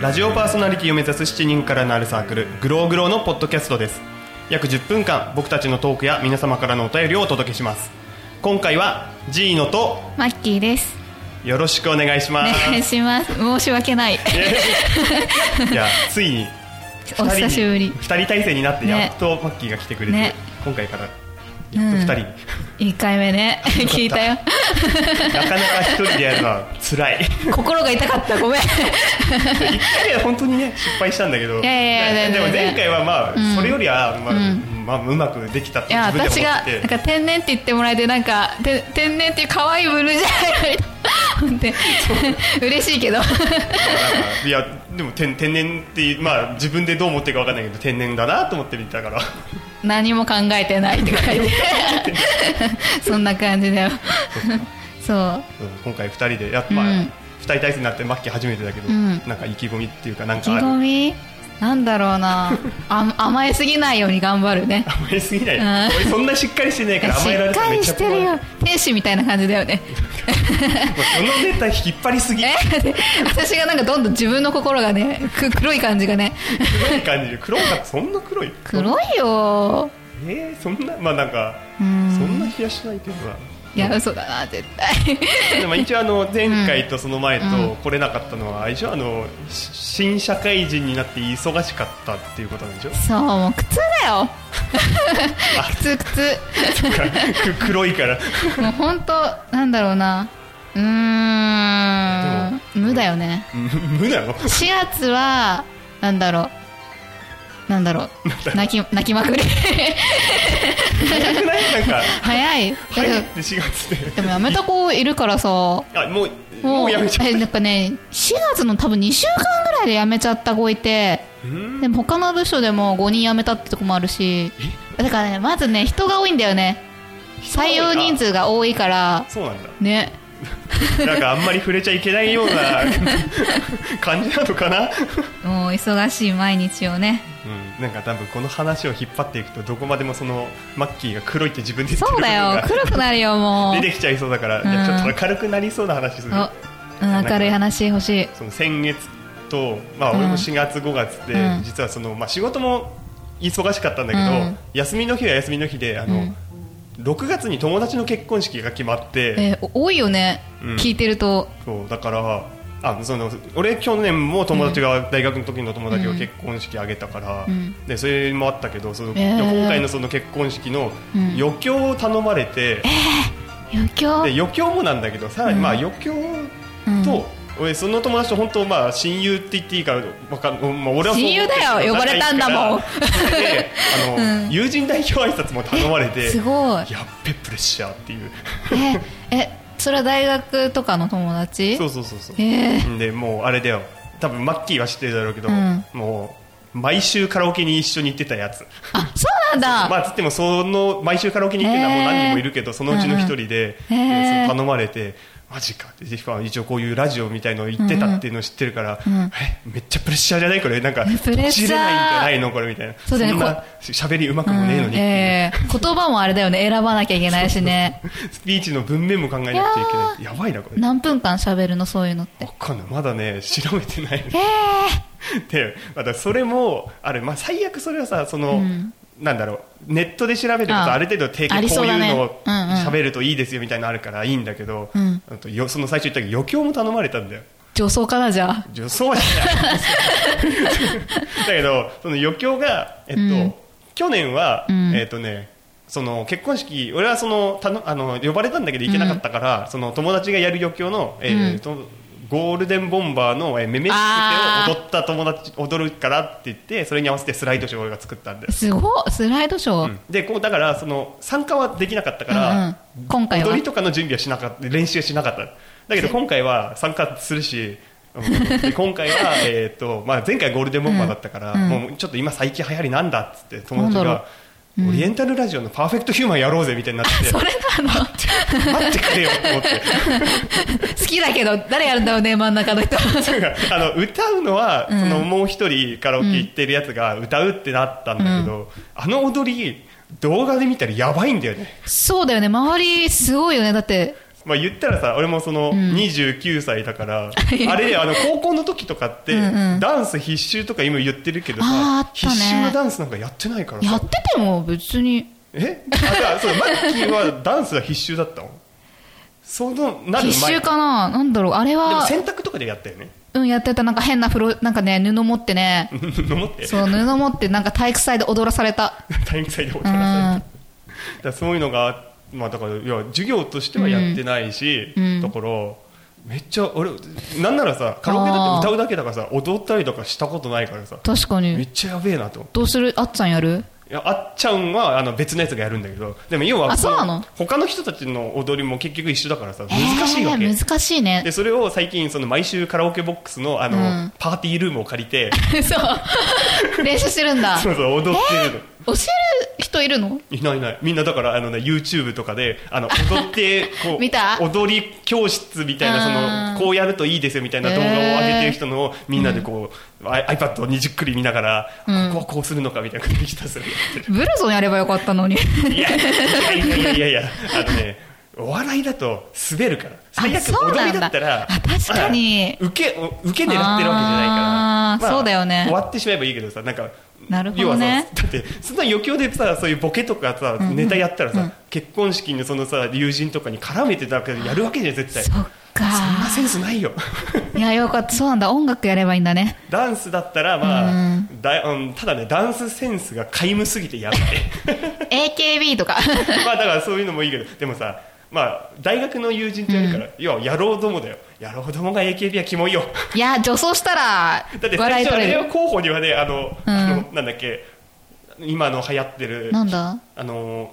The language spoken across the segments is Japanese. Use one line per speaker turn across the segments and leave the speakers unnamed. ラジオパーソナリティを目指す7人からなるサークルグローグローのポッドキャストです約10分間僕たちのトークや皆様からのお便りをお届けします今回はジーノと
マッキーです
よろしくお願いし
お
ます
願いし ます申し訳ない
いやついに
お久しぶり
2人体制になって
ね
やっとマッキーが来てくれて、
ね
今回からやっと2人、
1回目ね聞いたよ
なかなか1人でやるのは辛 い
心が痛かったごめん
1回目は本当にね失敗したんだけど
いやいやいや
ねでも
全然
前回はまあ、
うん
それよりはまあ、
うん
まあ、うまくできたと
いや
自分でも
私
思っ
がなん
てて
か天然って言ってもらえてなんかて天然っていう可愛いブルーじゃないって嬉しいけど
なんかいやでも天天然って、まあ、自分でどう思ってるかわかんないけど天然だなと思って見たから
何も考えてないって書いてそんな感じだよそう
うん今回2人でやっぱ、
う
二
ん
2人体制になってマッキー初めてだけど、
うん
なんか意気込みっていうかなん
意気
かある
込みなんだろうなあ甘えすぎないように頑張るね
甘えすぎない、
うん
俺そんなしっかりしてないから
し
甘えら
っ
れた
から
めっ
り
ちゃ
して
困
る
る
よ天使みたいな感じだよね
そのネタ引っ張りすぎ
え 私がなんかどんどん自分の心がねく黒い感じがね
黒い感じで黒かそんな黒い
黒いよ
えー、そんなまあなんか
う
そ
ん
んな冷やしないけどない
や嘘だな絶対
でも一応あの前回とその前
う
と来れなかったのは一応あのし新社会人になって忙しかったっていうことなんで しょ
そうもう苦痛だ よ苦痛苦
く黒いから
痛もう本当なんだろうなうーん無だよね
うん無なの
4月はなんだろうなんだろう泣き泣きまくり
早くないなんか
早いだけど
入って4月で
でもやめた子いるからさ
あもうもうやめちゃっ
えな
た
んかね4月の多分2週間ぐらいで辞めちゃった子いて
うん
でも他の部署でも5人辞めたってとこもあるしだからねまずね人が多いんだよね採用人数が多いから
そうなんだ
ね
なんかあんまり触れちゃいけないような 感じなのかな、
もう忙しい毎日をね
うん、なんか多分この話を引っ張っていくとどこまでもそのマッキーが黒いって自分で言ってる
そう
部分
だよ
が
黒くなるよもう
出てきちゃいそうだから、
ん
いやちょっと明るくなりそうな話する
おうん明るい話欲しい
その先月と、まあ、
うん
俺も4月5月で、
うん
実はその、まあ、仕事も忙しかったんだけど、
うん
休みの日は休みの日であの、6月に友達の結婚式が決まって、
え多いよね
うん
聞いてると
そうだからあその俺去年も友達が、大学の時の友達が結婚式あげたから、
うん
でそれもあったけどその、
えー
今回のその結婚式の
うん
余興を頼まれて、
余興
で余興もなんだけどさらにまあ余興
うん
と、俺その友達と本当まあ親友って言っていいからわかん、まあ、俺はそう思ってるけど
親友だよ呼ばれたんだ もん
仲いいからであの、
うん
友人代表挨拶も頼まれて
すごい
やっべプレッシャーっていう
ええそれは大学とかの友達
そうそうそうそう
えー
でもうあれだよ多分マッキーは知ってるだろうけど、
うん
もう毎週カラオケに一緒に行ってたやつ
あそうなんだ
まあつってもその毎週カラオケに行ってるのはもう何人もいるけど、そのうちの一人で、
うんうん
で
へー
その頼まれてマジかって一応こういうラジオみたいの行ってたっていうのを知ってるから、
うんうん
えめっちゃプレッシャーじゃないこれなんか
ねプレッシャ
閉
ー
じれないんじゃないのこれみたいな
そうだよね
んな喋りうまくもねえのにってい
うん
う、
えー言葉もあれだよね選ばなきゃいけないしね
スピーチの文面も考えなくちゃいけないやばいなこれ
何分間喋るのそういうのって
わかんないまだね調べてない
え
でまたそれもあれ、まあ、最悪それはさその、
うん
なんだろうネットで調べると
ああ
ある程度定
あ
型
り
こ
そううだ
い
ね
うのを
うんうん
喋るといいですよみたいなのあるからいいんだけど、
うん
あとよその最初言ったけど余興も頼まれたんだよ
女装かなじゃあ
女装はしないだけどその余興が、えっと
うん
去年は、
うん
えっとねその結婚式俺はそのたのあの呼ばれたんだけど行けなかったから、その友達がやる余興の、えー
うん
とゴールデンボンバーの、えー、めめし
あ
くて
ー
を踊った友達踊るからって言ってそれに合わせてスライドショーを俺が作ったんです、
すごいスライドショー、
うんでこうだからその参加はできなかったか
う
ら、
んうん今回は
踊りとかの準備はしなかった練習はしなかっただけど今回は参加するし、うんで今 回はえーと、まあ、前回ゴールデンボンバーだったから、
うんうん
もうちょっと今最近流行りなんだっつって友達
なんだろ
が
う、
オリエンタルラジオの「パーフェクトヒューマン」やろうぜみたいになって
それなの
待ってくれよと思 って。
好きだけど誰やるんだろうね真ん中の人
そうかあの歌うのは、
うん
そのもう一人カラオケ行ってるやつが歌うってなったんだけど、あの踊り動画で見たらやばいんだよね
そうだよね周りすごいよねだって
まあ、言ったらさ俺もその
ん
29歳だ から、あれあの高校の時とかって
うんうん
ダンス必修とか今言ってるけど
あーあっ
さ、
た
必
ね
修のダンスなんかやってないから
や
さ
ってても別に
え あじゃあそうマッキーはダンスは必修だったのそのなる前
必修かななんだろうあれ
でも
は
選択とかでやったよね
うんやってたなんか変な風呂なんかね布持ってね
思って
そう布持ってなんか体育祭で踊らされた
体育祭で踊
う
らされ
ん
てだからそういうのが、まあ、だからいや授業としてはやってないし、
うんうん
だからめっちゃ俺なんならさカラオケだって歌うだけだからさ踊ったりとかしたことないからさ
確か
めっ
に
ちゃやべえなと思って
どうするあっちゃんやる
いやあっちゃんはあの別のやつがやるんだけどでも要は
あそうなの
こ他の人たちの踊りも結局一緒だからさ難しいわけ、
えー難しいね
でそれを最近その毎週カラオケボックスのあの、
うん
パーティールームを借りて
そう練習してるん だ
そうそう踊ってるの。
教える人いるの
いないいないみんなだからあの、ね、YouTube とかであの踊ってこう
見た
踊り教室みたいな
あー
そのこうやるといいですよみたいな動画を上げてる人のをみんなでこう、あ iPad をにじっくり見ながら、
うん
ここはこうするのかみたいなことひたすらやってる
ブルゾンやればよかっ たのに
いやいやいやいやいやあのねお笑いだと滑るから最悪
そうなんだ
踊りだったら
あ確かに
あ受け受け狙ってるわけじゃないから
あーそうだよね
終わってしまえばいいけどさなんか
なるほどね
要はさだってそんな余興でさそういうボケとかさ、ネタやったらさ、結婚式のそのさ友人とかに絡めてだけどやるわけじゃん絶対
そっか
そんなセンスないよ
いやよかったそうなんだ音楽やればいいんだね
ダンスだったらまあ、
う
だうん、ただねダンスセンスが皆無すぎてやばい
AKB とか
まあだからそういうのもいいけどでもさまあ大学の友人とやるから、要は野郎どもだよ野郎どもが AKB はキモい よ
いや女装したら
だって
笑
最
い
初あ
取
れ
れ
よ
る
候補にはねあの、
うん
あのなんだっけ今の流行ってる
なんだ
あの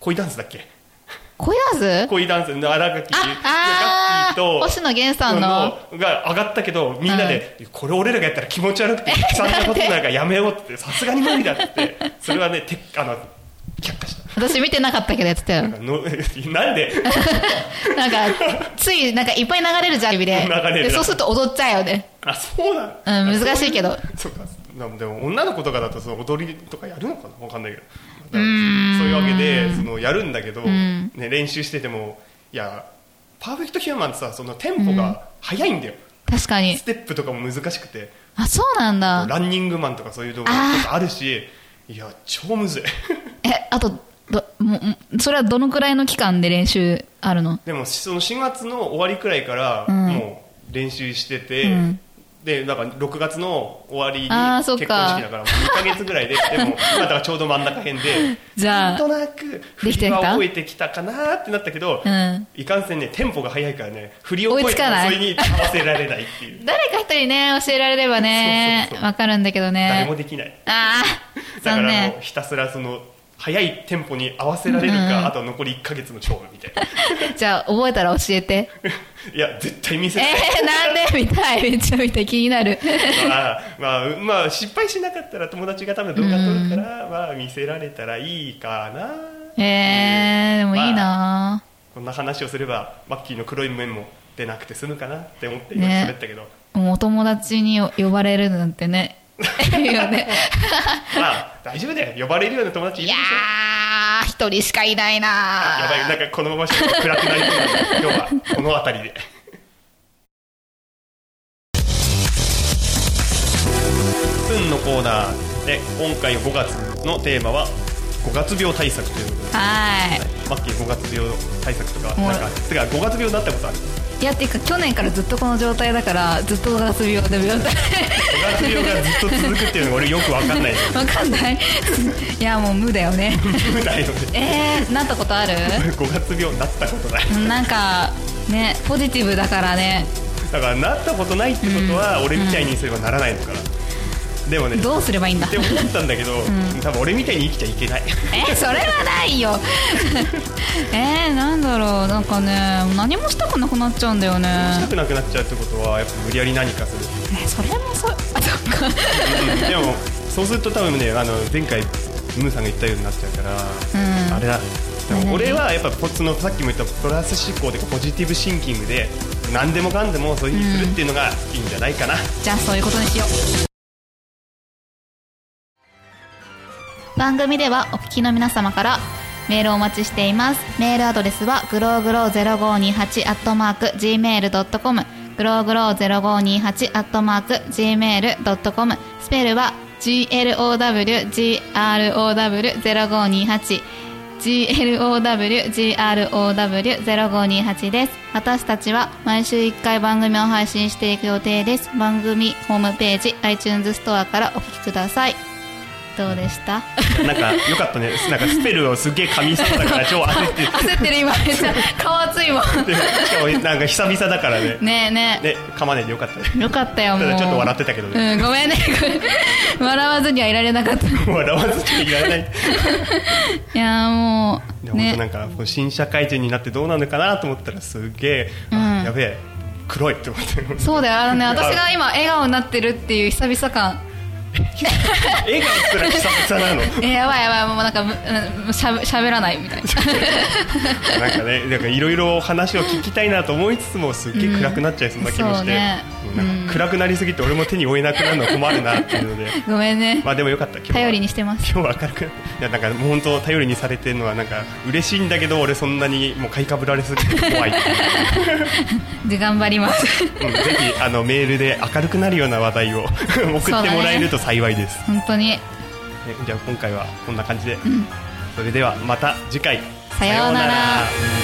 恋ダンスだっけ
恋ダンス
恋ダンスの荒垣
あ
ガ
あ
ッキーと
ー星野源さんの
が上がったけどみんなで、これ俺らがやったら気持ち 悪くて悲惨なことになるからやめようってさすがに無理だってそれはねてあの却下した
私見てなかったけどやってたよ
の なんで
なんかついなんかいっぱい流れるじゃん指で
流れる
でそうすると踊っちゃうよね
あそうなの
うん難しいけど
そうかなでも女の子とかだとその踊りとかやるのかなわかんないけどそう
ーん
いうわけでそのやるんだけど、
ん
ね、練習しててもいやパーフェクトヒューマンってさそのテンポが速いんだよ、
確かに
ステップとかも難しくて
あそうなんだ
ランニングマンとかそういう動画
あー
とかあるしいや超むずい
えあとどももそれはどのくらいの期間で練習あるの
でもその4月の終わりくらいから
うん
もう練習してて、
うん
でなんか6月の終わりに
あー
結婚
そっ
式だ
か
からもう2か月ぐらい ででも今だからちょうど真ん中辺で
じ
な
ゃ
ん
あ
となく振
できて
り
きた
は覚えてきたかなってなったけど、
うん
いかんせんねテンポが速いからね振りを
追い
覚え
つ
て
かない
それに合わせられないっていう
誰か一人 ね教えられれば
そう
ね
そうそう
わかるんだけど
誰
ね
もできない
ああ
だか
残
ら
念
もうひたすらその速いテンポに合わせられるか、あと残り1か月の勝負みたいな
じゃあ覚えたら教えて
いや絶対見せ
え
ない、
ー、なんで見 たいめっちゃ見たい気に なる
まあ まあまあ失敗しなかったら友達が多分動画撮るから、まあ見せられたらいいかな
えー、でもいいな
こんな話をすればマッキーの黒い面も出なくて済むかなって思って今
ね
喋ったけど、
もうお友達に呼ばれるなんて ねいいよね
まあ大丈夫だよ呼ばれるような友達 い
い
るで
や
しょ
ー一人しかいないな
やばいなんかこのままして暗くなり そうなんで今日はこの辺りでスプーンのコーナーで今回5月のテーマは5月病対策ということで
は
マッキー5月病対策とか
もう
なんかてか5月病になったことある
ーいいやっていうか去年からずっとこの状態だからずっとガス病で病態
5 月病がずっと続くっていうのが俺よくわかんない
わかんない いやもう無だよね
無だよね
えー、なったことある
5月病になったことない
なんかねポジティブだからね
だからなったことないってことは俺みたいにすればならないのかな、でもね
どうすればいいんだ
って思ったんだけど、多分俺みたいに生きちゃいけない
えそれはないよ えー、なんだろうなんかね何もしたくなくなっちゃうんだよね
したくなくなっちゃうってことはやっぱ無理やり何かする、
えそれもそうあそっか
うん でもそうすると多分ねあの前回ムーさんが言ったようになっちゃうから、
ん
あれだで
うん
も俺はやっぱポツのさっきも言ったプラス思考というかポジティブシンキングで何でもかんでもそういうふうにするっていうのがいいんじゃない かな、
じゃあそういうことにしよう番組ではお聞きの皆様からメールお待ちしていますメールアドレスはグローグロー0528アットマーク Gmail.com グローグロー0528アットマーク Gmail.com スペルは GLOWGROW0528 GLOWGROW0528 です私たちは毎週1回番組を配信していく予定です番組ホームページ iTunes ストアからお聞きくださいどうでした
なんかよかったねなんかスペルをすげえ噛みそうだから超焦って
焦ってる今めっちゃ顔熱いもん
でしかもなんか久々だからね
ねえね
ね噛まないでよかったね
えよかったよ
た
も
だ
う
ちょっと笑ってたけどね
うんごめんね ごめん笑わずにはいられなかったい
笑わずにいられない
やーも
で
う
本当な
ね
んかこう新社会人になってどうなのかなと思ったらすげえ、あ
うん
やべえ黒いって思って
そうだよあのね
あ
私が今笑顔になってるっていう久々感
笑顔すら久 々なの
えやばいやばいもうなんかむうんしゃべしゃべらないみたいな
なんかねなんかいろいろ話を聞きたいなと思いつつもすっげえ暗くなっちゃいそうな気も
そ
し
う
て、
ね
うんなんか暗くなりすぎて俺も手に負えなくなるのは困るなっていう ので
ごめんね
まあでもよかった今日は
頼りにしてます
今日は明るくなっていやなんかもう本当頼りにされてるのはなんか嬉しいんだけど俺そんなにもう買いかぶられすぎて 怖いっていう
で頑張ります
うんぜひあのメールで明るくなるような話題を送ってもらえると幸いです、
本当に
ねじゃあ今回はこんな感じで、それではまた次回
さようなら
さよう